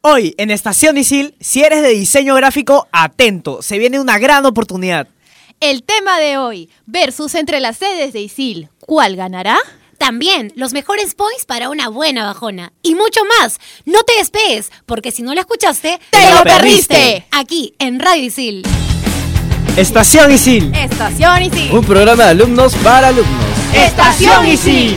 Hoy en Estación Isil, si eres de diseño gráfico, atento, se viene una gran oportunidad. El tema de hoy, versus entre las sedes de Isil, ¿cuál ganará? También los mejores points para una buena bajona. Y mucho más. No te despegues, porque si no lo escuchaste, ¡Te lo perdiste! Aquí, en Radio Isil. Estación Isil. Estación Isil. Un programa de alumnos para alumnos. Estación Isil.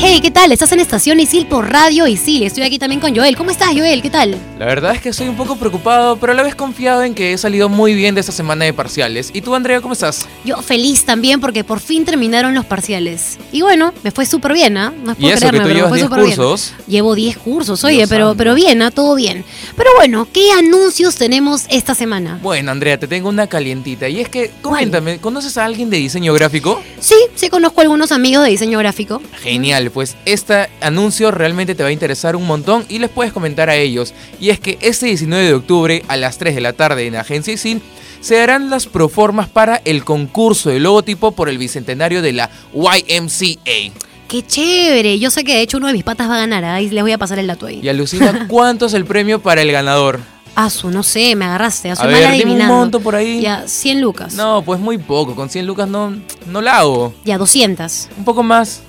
Hey, ¿qué tal? Estás en Estación Isil por Radio Isil. Estoy aquí también con Joel. ¿Cómo estás, Joel? ¿Qué tal? La verdad es que soy un poco preocupado, pero a la vez confiado en que he salido muy bien de esta semana de parciales. ¿Y tú, Andrea, cómo estás? Yo feliz también porque por fin terminaron los parciales. Y bueno, me fue súper bien, ¿ah? No Y puedo eso que creerme, tú pero me llevas fue 10 súper bien. cursos. Llevo 10 cursos, oye, Dios pero, santo. pero bien, ¿ah? Todo bien. Pero bueno, ¿qué anuncios tenemos esta semana? Bueno, Andrea, te tengo una calientita. Y es que, coméntame, ¿conoces a alguien de diseño gráfico? Sí, sí conozco algunos amigos de diseño gráfico. Genial, pues este anuncio realmente te va a interesar un montón y les puedes comentar a ellos. Y es que este 19 de octubre a las 3 de la tarde en Agencia ISIN se darán las proformas para el concurso de logotipo por el bicentenario de la YMCA. ¡Qué chévere! Yo sé que de hecho uno de mis patas va a ganar, ahí les voy a pasar el dato ahí. Y alucina cuánto es el premio para el ganador. Asu, no sé, me agarraste, asu A mal ver, dime un adivinando. monto por ahí. Ya, 100 lucas. No, pues muy poco, con 100 lucas no, no la hago. Ya, 200. Un poco más,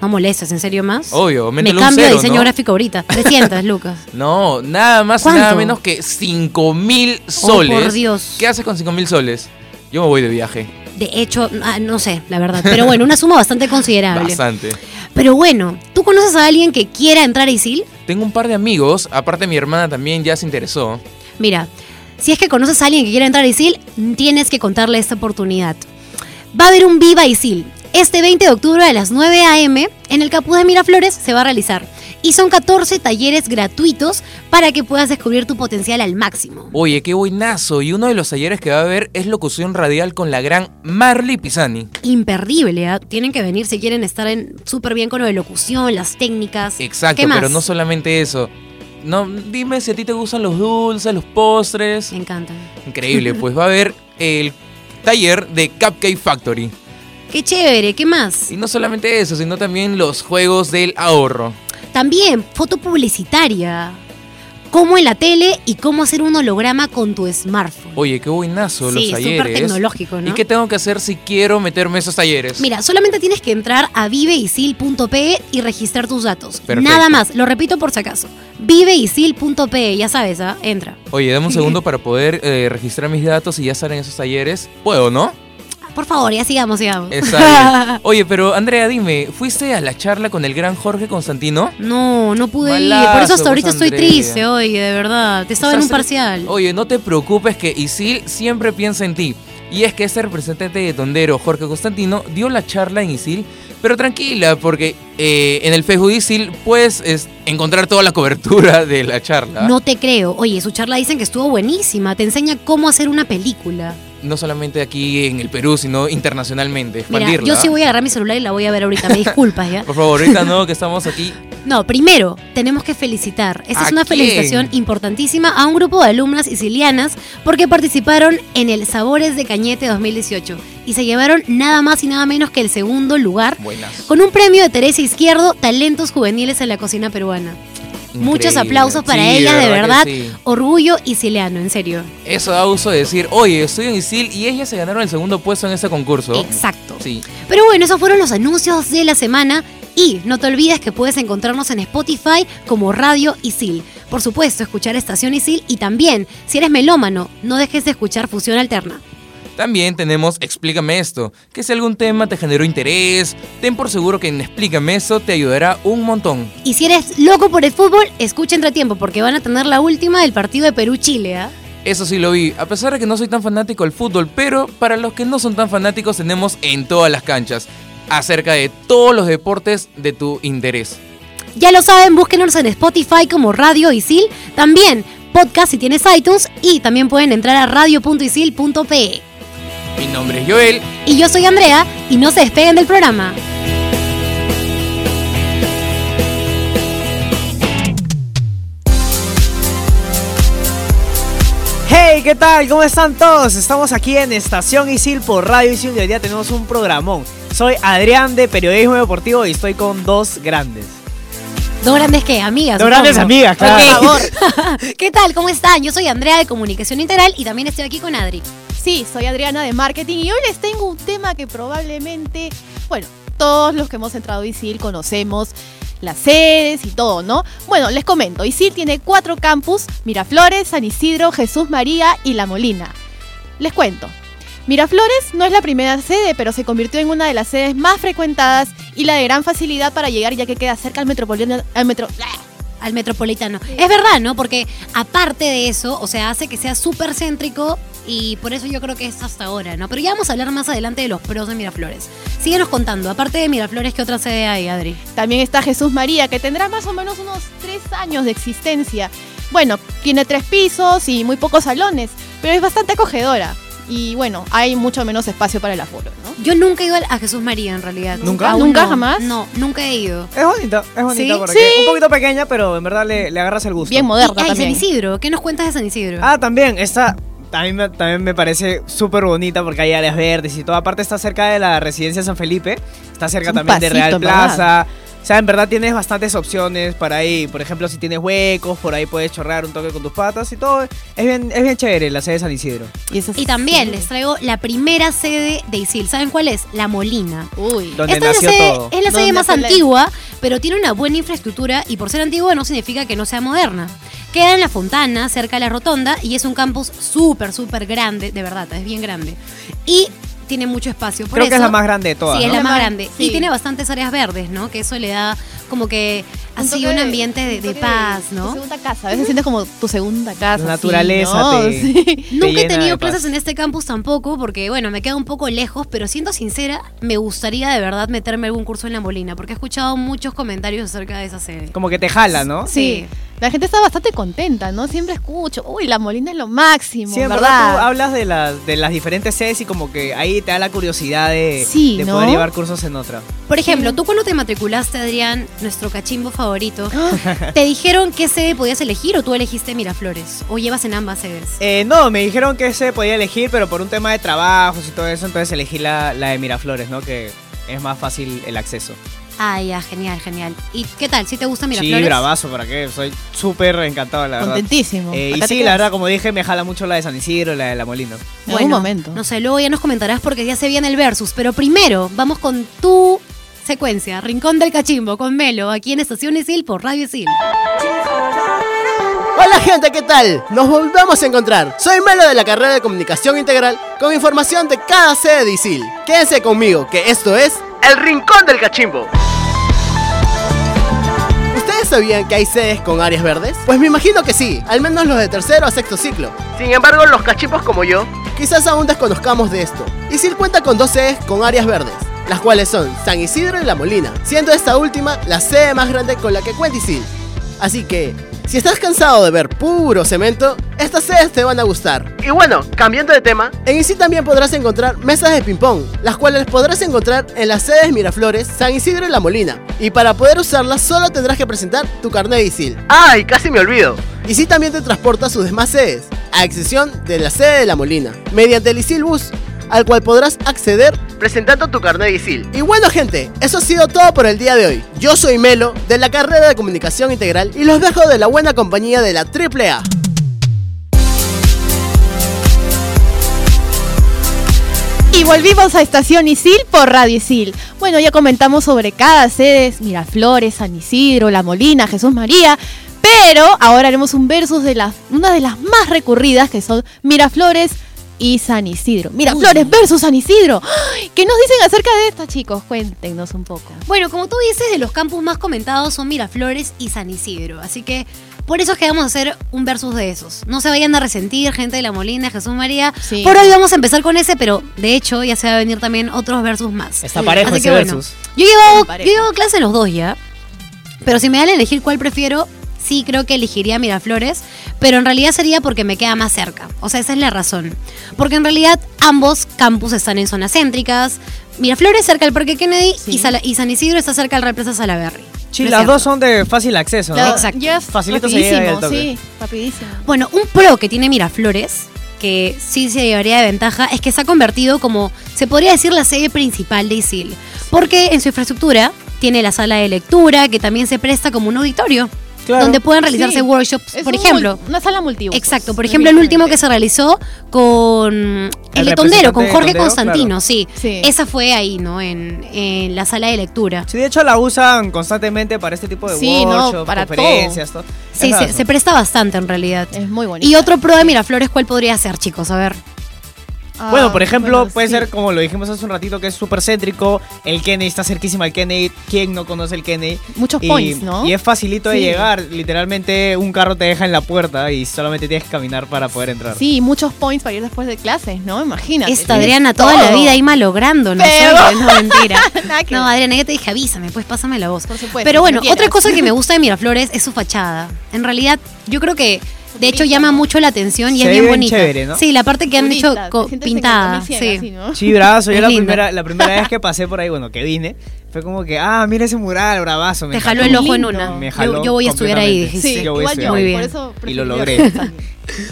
No molestas, ¿en serio más? obvio, Me métele un cambio de cero, diseño ¿no? gráfico ahorita. 300, lucas. No, nada más y ¿Cuánto? nada menos que 5 mil Oh, soles. por Dios. ¿Qué haces con 5 mil soles? Yo me voy de viaje. De hecho, ah, no sé, la verdad. Pero bueno, una suma bastante considerable. Bastante. Pero bueno, ¿tú conoces a alguien que quiera entrar a ISIL? Tengo un par de amigos, aparte mi hermana también ya se interesó. Mira, si es que conoces a alguien que quiera entrar a ISIL, tienes que contarle esta oportunidad. Va a haber un Viva ISIL. Este 20 de octubre a las 9 a.m. en el Capuz de Miraflores se va a realizar. Y son 14 talleres gratuitos para que puedas descubrir tu potencial al máximo. Oye, qué buenazo. Y uno de los talleres que va a haber es locución radial con la gran Marley Pisani. Imperdible, ¿ah? tienen que venir si quieren estar en- súper bien con lo de locución, las técnicas. Exacto, ¿Qué más? pero no solamente eso. No, dime si a ti te gustan los dulces, los postres. Me encantan. Increíble, pues va a haber el taller de Cupcake Factory. Qué chévere, ¿qué más? Y no solamente eso, sino también los juegos del ahorro. También foto publicitaria. Cómo en la tele y cómo hacer un holograma con tu smartphone. Oye, qué buenazo los sí, súper talleres. tecnológico, ¿no? ¿Y qué tengo que hacer si quiero meterme a esos talleres? Mira, solamente tienes que entrar a viveisil.pe y registrar tus datos. Perfecto. Nada más, lo repito por si acaso. Viveisil.pe, ya sabes, ¿ah? entra. Oye, dame un segundo para poder eh, registrar mis datos y ya estar en esos talleres. ¿Puedo, no? Por favor, ya sigamos, sigamos. Exacto. Oye, pero Andrea, dime, ¿fuiste a la charla con el gran Jorge Constantino? No, no pude ir. Malazo, Por eso hasta pues, ahorita estoy Andrea. triste, oye, de verdad. Te estaba en un Sastre- parcial. Oye, no te preocupes que Isil siempre piensa en ti. Y es que este representante de Tondero, Jorge Constantino, dio la charla en Isil. Pero tranquila, porque eh, en el Facebook de Isil puedes es, encontrar toda la cobertura de la charla. No te creo. Oye, su charla dicen que estuvo buenísima. Te enseña cómo hacer una película. No solamente aquí en el Perú, sino internacionalmente. Mira, Expandirla. yo sí voy a agarrar mi celular y la voy a ver ahorita. Me disculpas, ¿ya? Por favor, ahorita no, que estamos aquí. No, primero, tenemos que felicitar. Esta es ¿A una quién? felicitación importantísima a un grupo de alumnas sicilianas porque participaron en el Sabores de Cañete 2018 y se llevaron nada más y nada menos que el segundo lugar Buenas. con un premio de Teresa Izquierdo, Talentos Juveniles en la Cocina Peruana. Muchos Increíble. aplausos para Sí, ella, de verdad. que sí. Orgullo siciliano, en serio. Eso da uso de decir, oye, estoy en Isil y ellas se ganaron el segundo puesto en este concurso. Exacto. Sí. Pero bueno, esos fueron los anuncios de la semana. Y no te olvides que puedes encontrarnos en Spotify como Radio Isil. Por supuesto, escuchar Estación Isil y también, si eres melómano, no dejes de escuchar Fusión Alterna. También tenemos Explícame esto, que si algún tema te generó interés, ten por seguro que en Explícame esto te ayudará un montón. Y si eres loco por el fútbol, escucha Entretiempo porque van a tener la última del partido de Perú-Chile. ¿ah? Eso sí lo vi, a pesar de que no soy tan fanático del fútbol, pero para los que no son tan fanáticos tenemos en todas las canchas, acerca de todos los deportes de tu interés. Ya lo saben, búsquenos en Spotify como Radio Isil. También podcast si tienes iTunes y también pueden entrar a radio.isil.pe. Mi nombre es Joel, Y yo soy Andrea y no se despeguen del programa. Hey, Hey, ¿qué tal? ¿Cómo están todos? Estamos aquí en Estación Isil por Radio Isil y hoy día tenemos un programón. Soy Adrián de Periodismo Deportivo y estoy con dos grandes. Dos grandes que amigas. Dos grandes supongo. amigas, claro. Ok. Por ¿Qué tal? ¿Cómo están? Yo soy Andrea de Comunicación Integral y también estoy aquí con Adri. Sí, soy Adriana de Marketing y hoy les tengo un tema que probablemente, bueno, todos los que hemos entrado a ISIL conocemos las sedes y todo, ¿no? Bueno, les comento, ISIL tiene cuatro campus, Miraflores, San Isidro, Jesús María y La Molina. Les cuento. Miraflores no es la primera sede, pero se convirtió en una de las sedes más frecuentadas y la de gran facilidad para llegar ya que queda cerca al metropolitano, al metro, Al metropolitano. Es verdad, ¿no? Porque aparte de eso, o sea, hace que sea súper céntrico y por eso yo creo que es hasta ahora, ¿no? Pero ya vamos a hablar más adelante de los pros de Miraflores. Síguenos contando. Aparte de Miraflores, ¿qué otra sede hay, Adri? También está Jesús María, que tendrá más o menos unos tres años de existencia. Bueno, tiene tres pisos y muy pocos salones, pero es bastante acogedora. Y bueno, hay mucho menos espacio para el aforo, ¿no? Yo nunca he ido al- a Jesús María, en realidad. ¿Nunca? Aún ¿Nunca no. jamás? No, nunca he ido. Es bonita, es bonita Sí, porque sí. un poquito pequeña, pero en verdad le, le agarras el gusto. Bien Y, moderna ay, San Oh, también. Isidro. ¿Qué nos cuentas de San Isidro? Ah, también, esta también me, también me parece súper bonita porque hay áreas verdes y todo. Aparte está cerca de la residencia San Felipe, está cerca Es un también de pasito, Real en verdad. Plaza. O sea, en verdad tienes bastantes opciones para ahí. Por ejemplo, si tienes huecos, por ahí puedes chorrear un toque con tus patas y todo. Es bien, es bien chévere la sede de San Isidro. Y, eso es- Y también les traigo la primera sede de Isil. ¿Saben cuál es? La Molina. Uy. Donde Esta es la nació sede, todo. es la sede Donde más fue la- antigua, pero tiene una buena infraestructura y por ser antigua no significa que no sea moderna. Queda en la Fontana, cerca de la Rotonda, y es un campus súper, súper grande, de verdad, es bien grande. Y tiene mucho espacio. Por Creo que es eso- la más grande de todas. Sí, es ¿no? la más Además, grande. Y sí. tiene bastantes áreas verdes, ¿no? Que eso le da como que Un así toque un ambiente de, un de toque paz, Tu ¿no? segunda casa. A veces sientes como tu segunda casa. La sí, naturaleza ¿no? te- Sí. te Nunca he llena de tenido paz. clases en este campus tampoco, porque bueno, me queda un poco lejos, pero siendo sincera, me gustaría de verdad meterme a algún curso en la Molina, porque he escuchado muchos comentarios acerca de esa sede. Como que te jala, ¿no? Sí. La gente está bastante contenta, ¿no? Siempre escucho, uy, la Molina es lo máximo, Sí, en verdad, ¿verdad? tú hablas de las, de las diferentes sedes y como que ahí te da la curiosidad de, Sí, de ¿no? poder llevar cursos en otra. Por ejemplo, tú cuando te matriculaste, Adrián, nuestro cachimbo favorito, ¿te dijeron qué sede podías elegir o tú elegiste Miraflores? ¿O llevas en ambas sedes? Eh, no, me dijeron que se podía elegir, pero por un tema de trabajos y todo eso, entonces elegí la, la de Miraflores, ¿no? Que es más fácil el acceso. Ah, ya, genial, genial. ¿Y qué tal? ¿Si te gusta Miraflores? Sí, bravazo, ¿para qué? Soy súper encantado, la verdad. Ah, Contentísimo. Eh, y Acá sí, te la quedas. verdad, como dije, me jala mucho la de San Isidro, la de La Molina. En algún momento. No sé, luego ya nos comentarás porque ya se viene el versus. Pero primero, vamos con tu secuencia, Rincón del Cachimbo, con Melo, aquí en Estación Isil por Radio Isil. Hola gente, ¿qué tal? Nos volvemos a encontrar. Soy Melo de la carrera de Comunicación Integral con información de cada sede de ISIL. Quédense conmigo, que esto es El Rincón del Cachimbo. ¿Ustedes sabían que hay sedes con áreas verdes? Pues me imagino que sí, al menos los de tercero a sexto ciclo. Sin embargo, los cachimbos como yo, quizás aún desconozcamos de esto. ISIL cuenta con dos sedes con áreas verdes, las cuales son San Isidro y La Molina, siendo esta última la sede más grande con la que cuenta ISIL. Así que, si estás cansado de ver puro cemento, estas sedes te van a gustar. Y bueno, cambiando de tema, en ISIL también podrás encontrar mesas de ping-pong, las cuales podrás encontrar en las sedes Miraflores, San Isidro y La Molina. Y para poder usarlas solo tendrás que presentar tu carnet de ISIL. ¡Ay, casi me olvido! ISIL también te transporta a sus demás sedes, a excepción de la sede de La Molina, mediante el ISIL Bus, al cual podrás acceder presentando tu carnet ISIL. Y bueno, gente, eso ha sido todo por el día de hoy. Yo soy Melo, de la carrera de Comunicación Integral, y los dejo de la buena compañía de la AAA. Y volvimos a Estación Isil por Radio Isil. Bueno, ya comentamos sobre cada sede, Miraflores, San Isidro, La Molina, Jesús María, pero ahora haremos un versus de las, una de las más recurridas que son Miraflores y San Isidro. Miraflores Uy. versus San Isidro. ¡Ay! ¿Qué nos dicen acerca de esto, chicos? Cuéntenos un poco. Bueno, como tú dices, de los campus más comentados son Miraflores y San Isidro. Así que por eso es que vamos a hacer un versus de esos. No se vayan a resentir, gente de La Molina, Jesús María. Sí. Por hoy vamos a empezar con ese, pero de hecho ya se va a venir también otros versus más. Está parejo Así ese que bueno, versus. Yo llevo, Muy parejo. yo llevo clase en los dos ya. Pero si me dan a elegir cuál prefiero, sí creo que elegiría Miraflores. Pero en realidad sería porque me queda más cerca. O sea, esa es la razón. Porque en realidad ambos campus están en zonas céntricas. Miraflores cerca al Parque Kennedy Sí. y, Sala- y San Isidro está cerca al Real Plaza Salaverry. Sí, ¿No es las cierto? dos son de fácil acceso, ¿no? La- Exacto. ya es Facilito se llega ahí al rapidísimo, toque. sí, rapidísimo. Bueno, un pro que tiene Miraflores que sí se llevaría de ventaja es que se ha convertido como, se podría decir, la sede principal de ISIL. Porque en su infraestructura tiene la sala de lectura, que también se presta como un auditorio, Claro. donde pueden realizarse Sí. workshops, Es por un ejemplo. mul- Una sala multiusos. pues, Exacto, por ejemplo, el último que se realizó con el, El de Tondero, representante con de Jorge Tondero, Constantino, sí. Sí. Esa fue ahí, ¿no? En, en la sala de lectura. Sí, de hecho la usan constantemente para este tipo de Sí, no, workshops, para conferencias, todo. Sí, Es se, razón. se presta bastante en realidad. Es muy bonito. Y otro pro de Miraflores, ¿cuál podría ser, chicos? A ver. Ah, Bueno, Ah, por ejemplo, puede ser como lo dijimos hace un ratito, que es súper céntrico. El Kennedy está cerquísimo al Kennedy. ¿Quién no conoce el Kennedy? Muchos Y, points, ¿no? y es facilito de Sí. llegar. Literalmente un carro te deja en la puerta y solamente tienes que caminar para poder entrar. Sí, muchos points para ir después de clases, ¿no? Imagínate. Esta tienes Adriana toda la todo. vida ahí malogrando, ¿no? Pero- Oye, No, mentira. Nada que No, ver, Adriana, yo te dije, avísame, pues pásame la voz. por supuesto. Pero bueno, lo que otra quieras. cosa que me gusta de Miraflores es su fachada. En realidad, yo creo que de hecho Bonita, llama ¿no? mucho la atención y Se es bien ve bien bonita. chévere, ¿no? Sí, la parte que han Turista, hecho co- 350.000 pintada. cien, Sí. así, ¿no? Sí, bravazo. Yo Es la lindo. primera, la primera vez que pasé por ahí, bueno, que vine, fue como que, ah, mira ese mural, bravazo. me Te jaló el encantó. ojo en Lindo. una. Me Yo- jaló yo, voy a estudiar ahí, completamente. dijiste. Sí, Yo voy a igual estudiar yo, ahí. Muy por bien. eso Y lo preferí logré. también.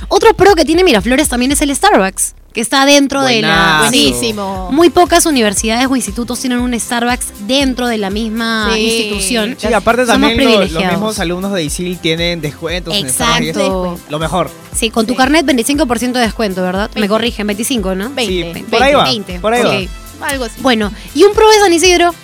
Otro pro que tiene Miraflores también es el Starbucks, que está dentro Buenazo. de la... Sí. Buenísimo. Muy pocas universidades o institutos tienen un Starbucks dentro de la misma Sí. institución. Sí, aparte Somos también lo- los privilegiados. mismos alumnos de ISIL tienen descuentos. en Starbucks y eso. Exacto. Lo mejor. Sí, con tu Sí. carnet 25% de descuento, ¿verdad? Me 20. corrigen, 25, ¿no? 20. Sí, 20, por ahí va. 20. Por ahí va. Ok. Algo así. Bueno, y un pro de San Isidro.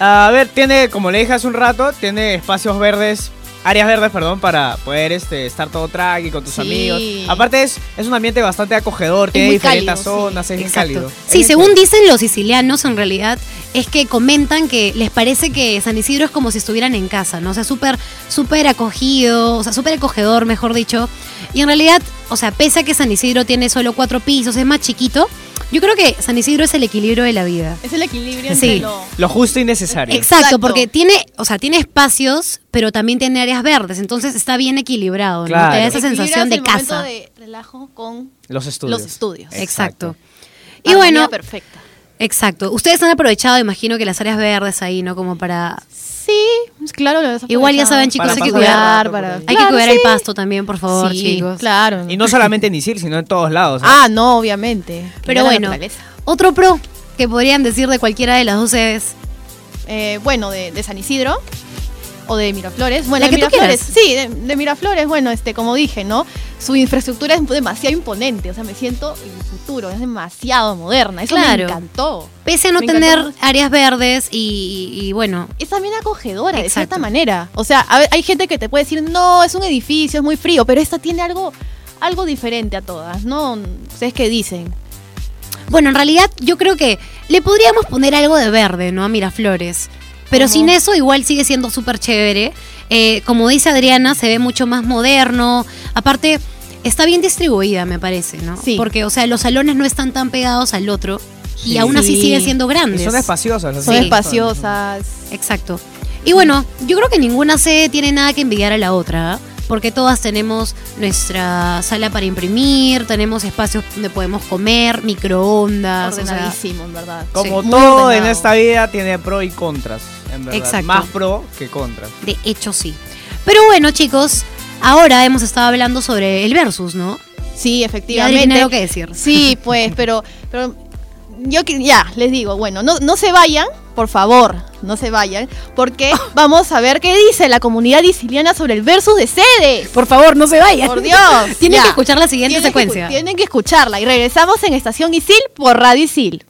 A ver, tiene, como le dije hace un rato, tiene espacios verdes, áreas verdes, perdón, para poder este, estar todo tranqui con tus Sí. amigos. Aparte es, es un ambiente bastante acogedor, tiene muy diferentes cálido, sí. zonas, es bien cálido. Sí, según dicen los sicilianos, en realidad, es que comentan que les parece que San Isidro es como si estuvieran en casa, ¿no? O sea, súper, súper acogido, o sea, súper acogedor, mejor dicho. Y en realidad, o sea, pese a que San Isidro tiene solo cuatro pisos, es más chiquito, yo creo que San Isidro es el equilibrio de la vida. Es el equilibrio Sí. entre lo... Lo justo y necesario. Exacto, Exacto. porque tiene, o sea, tiene espacios, pero también tiene áreas verdes, entonces está bien equilibrado, ¿no? Claro. Te da esa Equilibras sensación de el momento casa. de relajo con Los estudios. los estudios. Exacto. Y armonía bueno, perfecta. exacto. Ustedes han aprovechado, imagino que las áreas verdes ahí, ¿no? Como para Sí, claro. lo has Igual ya aprovechado. saben, chicos, Para hay que pasar cuidar. rato por para- ahí. Hay que Claro, cuidar el sí. pasto también, por favor, Sí, chicos. claro. Y no solamente en ISIL, sino en todos lados. ¿no? Ah, no, obviamente. Mira Pero la bueno, naturaleza. otro pro que podrían decir de cualquiera de las dos sedes. Eh, bueno, de, de San Isidro o de Miraflores. Bueno, La de que tú Miraflores. Sí, de, de Miraflores, bueno, este, como dije, ¿no? Su infraestructura es demasiado imponente. O sea, me siento en el futuro. Es demasiado moderna. Eso Claro. me encantó. Pese a no Me tener encantó. áreas verdes y, y- y bueno, es también acogedora de Exacto. cierta manera. O sea, a ver, hay gente que te puede decir, no, es un edificio, es muy frío, pero esta tiene algo, algo diferente a todas, ¿no? Ustedes qué dicen. bueno, en realidad yo creo que le podríamos poner algo de verde, ¿no? A Miraflores. Pero Ujú. sin eso igual sigue siendo súper chévere. Eh, como dice Adriana, se ve mucho más moderno. Aparte, está bien distribuida, me parece, ¿no? Sí. Porque, o sea, los salones no están tan pegados al otro. Y Sí. aún así Sí. siguen siendo Y grandes. son espaciosas. las Son áreas. espaciosas. Exacto. Y bueno, yo creo que ninguna sede tiene nada que envidiar a la otra, ¿ah? porque todas tenemos nuestra sala para imprimir, tenemos espacios donde podemos comer, microondas, Ah, o sea, Ordenadísimo, en verdad. Como Sí, muy todo en ordenado. esta vida tiene pro y contras. En verdad. Exacto. Más pro que contras. de hecho sí. Pero bueno, chicos, ahora hemos estado hablando sobre el versus, ¿no? Sí, Y Adri tiene efectivamente. algo que decir. Sí, pues, pero, pero yo que- ya les digo, bueno, no, no se vayan, por favor, no se vayan, porque vamos a ver qué dice la comunidad siciliana sobre el versus de sedes. Por favor, no se vayan. Por Dios. Tienen ya. que escuchar la siguiente Tienen que secuencia. escu- tienen que escucharla. Y regresamos en Estación Isil por Radio Isil.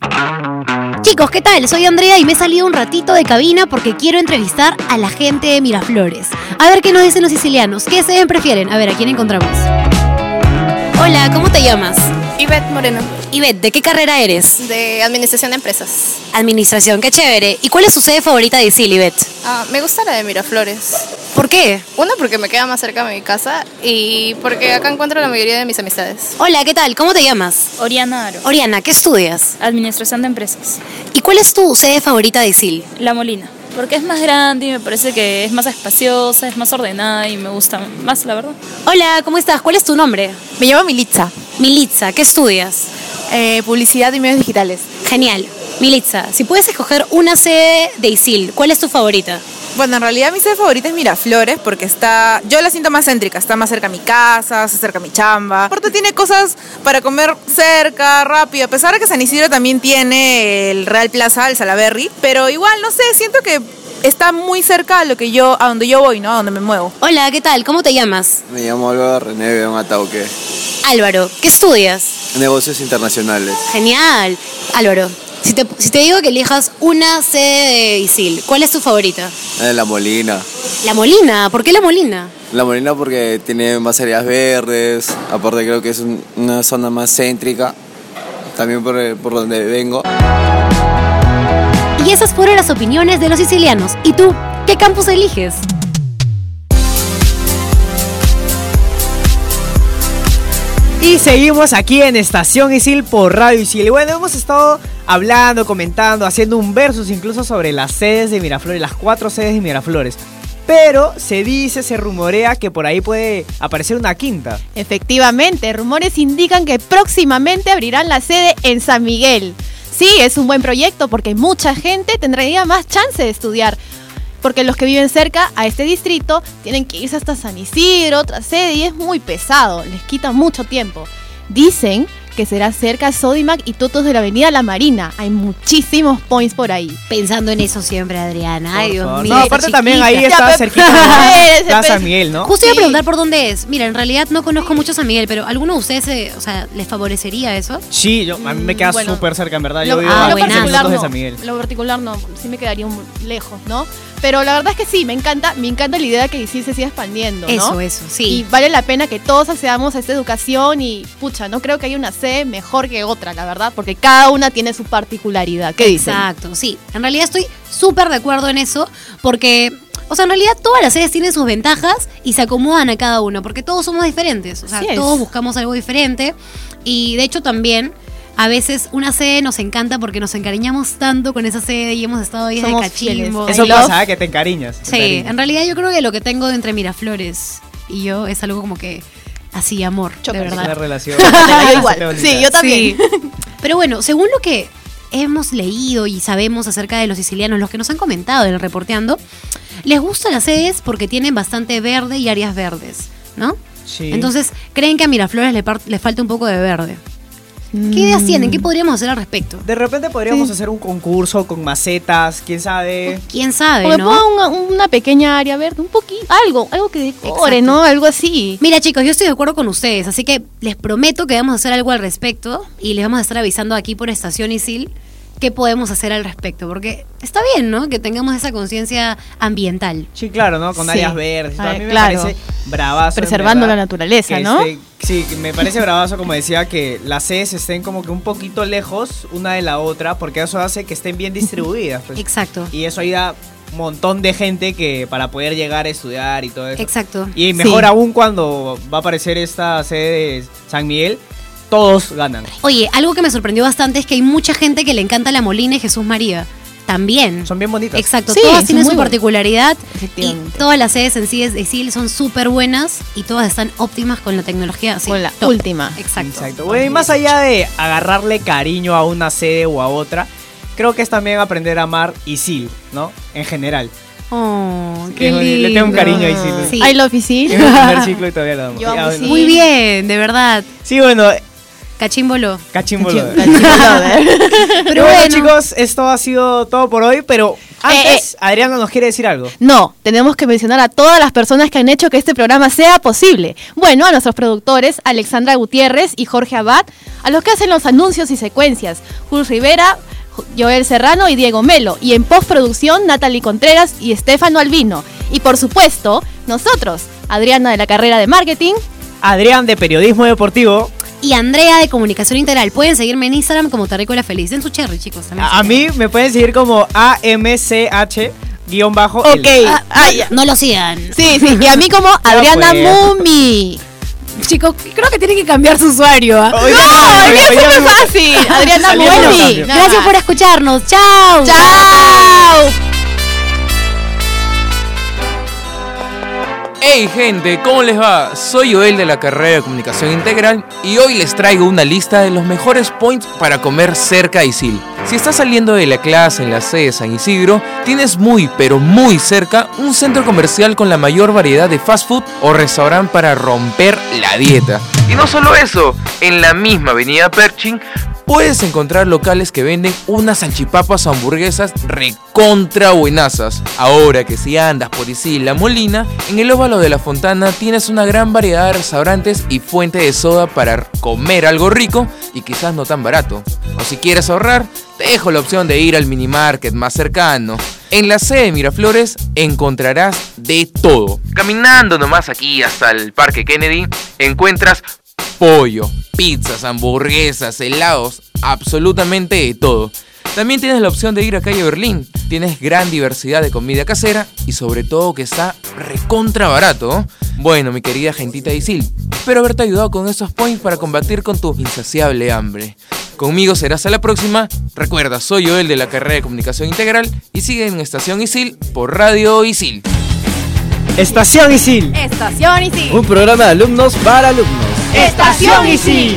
Chicos, ¿qué tal? Soy Andrea y me he salido un ratito de cabina porque quiero entrevistar a la gente de Miraflores. A ver qué nos dicen los sicilianos, qué se prefieren. A ver, ¿a quién encontramos? Hola, ¿cómo te llamas? Ivette Moreno, Ivette, ¿de qué carrera eres? de Administración de Empresas. Administración, qué chévere. ¿Y cuál es su sede favorita de Isil, Ivette? Ah, me gusta la de Miraflores. ¿Por qué? Una, porque me queda más cerca de mi casa y porque acá encuentro la mayoría de mis amistades. Hola, ¿qué tal? ¿Cómo te llamas? Oriana Aro, Oriana, ¿qué estudias? Administración de Empresas, ¿Y cuál es tu sede favorita de Isil? La Molina. Porque es más grande y me parece que es más espaciosa, es más ordenada y me gusta más, la verdad. Hola, ¿cómo estás? ¿Cuál es tu nombre? Me llamo Militza, Militza, ¿qué estudias? Publicidad y Medios Digitales. Genial. Militza, si puedes escoger una sede de Isil, ¿cuál es tu favorita? Bueno, en realidad mi sede favorita es Miraflores porque está, yo la siento más céntrica, está más cerca a mi casa, se cerca a mi chamba. Aparte tiene cosas para comer cerca, rápido, a pesar de que San Isidro también tiene el Real Plaza, el Salaberry, pero igual, no sé, siento que está muy cerca a lo que yo, a donde yo voy, ¿no? A donde me muevo. Hola, ¿qué tal? ¿Cómo te llamas? Me llamo Álvaro René Beón Atauque. Álvaro, ¿qué estudias? Negocios internacionales. Genial. Álvaro, si te, si te digo que elijas una sede de ISIL, ¿cuál es tu favorita? Eh, La Molina. La Molina. ¿Por qué La Molina? La Molina porque tiene más áreas verdes, aparte creo que es un- una zona más céntrica, también por, el- por donde vengo. Y esas fueron las opiniones de los sicilianos. ¿Y tú? ¿Qué campus eliges? Y seguimos aquí en Estación Isil por Radio Isil. Y bueno, hemos estado hablando, comentando, haciendo un versus incluso sobre las sedes de Miraflores, las cuatro sedes de Miraflores. Pero se dice, se rumorea que por ahí puede aparecer una quinta. Efectivamente, rumores indican que próximamente abrirán la sede en San Miguel. Sí, es un buen proyecto porque mucha gente tendría más chance de estudiar. Porque los que viven cerca a este distrito tienen que irse hasta San Isidro, otra sede, y es muy pesado, les quita mucho tiempo. Dicen que será cerca a Sodimac y Totos de la Avenida La Marina. Hay muchísimos points por ahí. Pensando en eso siempre, Adriana. Ay, Dios mío. No, aparte esta también ahí chiquita. está pe- cerquita pe- está pe- San Miguel, ¿no? Justo iba a preguntar por dónde es. Mira, en realidad no conozco mucho a San Miguel, pero ¿alguno de ustedes, eh, o sea, les favorecería eso? Sí, yo, a mí me queda bueno. súper cerca, en verdad. Lo, Yo vivo Mm, ah, a lo 15 buenazo. particular minutos de no, San Miguel. lo particular no, sí me quedaría un- lejos, ¿no? Pero la verdad es que sí, me encanta, me encanta la idea de que ISIL se siga expandiendo, ¿no? Eso, eso, Y sí. vale la pena que todos accedamos a esta educación y, pucha, no creo que haya una sede mejor que otra, la verdad, porque cada una tiene su particularidad. ¿Qué dicen? Exacto, sí. En realidad estoy súper de acuerdo en eso, porque, o sea, en realidad todas las sedes tienen sus ventajas y se acomodan a cada uno, porque todos somos diferentes, o sea, Así es. todos buscamos algo diferente. Y de hecho también, a veces una sede nos encanta porque nos encariñamos tanto con esa sede y hemos estado ahí desde Somos cachimbo. fieles. Eso I love- pasa, ¿eh? que te encariñas. te Sí, encariñas. en realidad yo creo que lo que tengo entre Miraflores y yo es algo como que así, amor, Chocan, de Es verdad. una relación. Yo Qué igual. bonita. Sí, yo también. Pero bueno, según lo que hemos leído y sabemos acerca de los sicilianos, los que nos han comentado en el reporteando, les gustan las sedes porque tienen bastante verde y áreas verdes, ¿no? Sí. Entonces, creen que a Miraflores le, par- le falta un poco de verde. ¿Qué ideas tienen? ¿Qué podríamos hacer al respecto? De repente podríamos hacer un concurso con macetas, quién sabe. ¿Quién O sabe, me no? pongo una, una pequeña área verde, un poquito, algo, algo que decore, Exacto. ¿no? Algo así. Mira chicos, yo estoy de acuerdo con ustedes, así que les prometo que vamos a hacer algo al respecto y les vamos a estar avisando aquí por Estación Isil qué podemos hacer al respecto, porque está bien, ¿no? Que tengamos esa conciencia ambiental. Sí, claro, ¿no? Con Sí. áreas verdes. y todo. A Ay, mí claro. me parece bravazo. en Preservando verdad, la naturaleza, que ¿no? esté- sí, que me parece bravazo, como decía, que las sedes estén como que un poquito lejos una de la otra, porque eso hace que estén bien distribuidas. pues. Exacto, Y eso ayuda un montón de gente que para poder llegar a estudiar y todo eso. exacto. Y mejor aún cuando va a aparecer esta sede de San Miguel, todos ganan. Oye, algo que me sorprendió bastante es que hay mucha gente que le encanta La Molina y Jesús María. También. Son bien bonitas. Exacto, Sí, todas son tienen muy su buenas. particularidad y Efectivamente. todas las sedes en sí de Isil son súper buenas y todas están óptimas con la tecnología. así, Con la top. última. Exacto. Exacto. Bueno, y más allá de agarrarle cariño a una sede o a otra, creo que es también aprender a amar Isil, ¿no? En general. Oh, Que qué le- lindo. Le tengo un cariño a Isil. Sí. Ah, I love Isil. Tiene un primer ciclo y todavía la amo. Yo amo Ya, bueno. Isil. Muy bien, de verdad. Sí, bueno, Cachímbolo. cachimbolo. Pero Pero bueno, bueno, chicos, esto ha sido todo por hoy, pero Eh, antes Adriana nos quiere decir algo. No, tenemos que mencionar a todas las personas que han hecho que este programa sea posible. Bueno, a nuestros productores, Alexandra Gutiérrez y Jorge Abad, a los que hacen los anuncios y secuencias, Jules Rivera, Ju- Joel Serrano y Diego Melo, y en postproducción, Natalie Contreras y Estefano Albino. Y por supuesto, nosotros, Adriana de la carrera de marketing, Adrián de Periodismo Deportivo, y Andrea de Comunicación Integral. Pueden seguirme en Instagram como Terrícola Feliz. Den su cherry, chicos. también. Ah, a, a mí me pueden seguir como AMCH guión bajo. ok, Ah, ah, no, ya. no lo sigan. sí, sí, y a mí como Adriana pues. Mumi. Chicos, creo que tienen que cambiar su usuario. ¿ah? ¡No! ¡Es que es súper fácil! Adriana Salió Bueno, otro Mumi. cambio. Nada gracias más. por escucharnos. Chao. ¡Chao! Hey gente, ¿cómo les va? Soy Joel de la carrera de comunicación integral y hoy les traigo una lista de los mejores points para comer cerca de Isil. Si estás saliendo de la clase en la sede de San Isidro, tienes muy pero muy cerca un centro comercial con la mayor variedad de fast food o restaurante para romper la dieta. Y no solo eso, en la misma avenida Pershing puedes encontrar locales que venden unas salchipapas o hamburguesas recontra buenazas. Ahora que si andas por Isil La Molina, en el óvalo de la Fontana tienes una gran variedad de restaurantes y fuente de soda para comer algo rico y quizás no tan barato. O si quieres ahorrar, te dejo la opción de ir al minimarket más cercano. En la sede de Miraflores encontrarás de todo. Caminando nomás aquí hasta el Parque Kennedy, encuentras pollo, pizzas, hamburguesas, helados, absolutamente de todo. También tienes la opción de ir a Calle Berlín. Tienes gran diversidad de comida casera y sobre todo que está recontra barato. ¿no? Bueno, mi querida gentita Isil, espero haberte ayudado con estos points para combatir con tu insaciable hambre. Conmigo serás a la próxima. Recuerda, soy yo el de la carrera de comunicación integral y sigue en Estación Isil por Radio Isil. Estación Isil. Estación Isil. Un programa de alumnos para alumnos. Estación Isil.